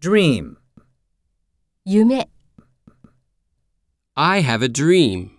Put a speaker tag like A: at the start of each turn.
A: dream.
B: 夢
C: I have a dream.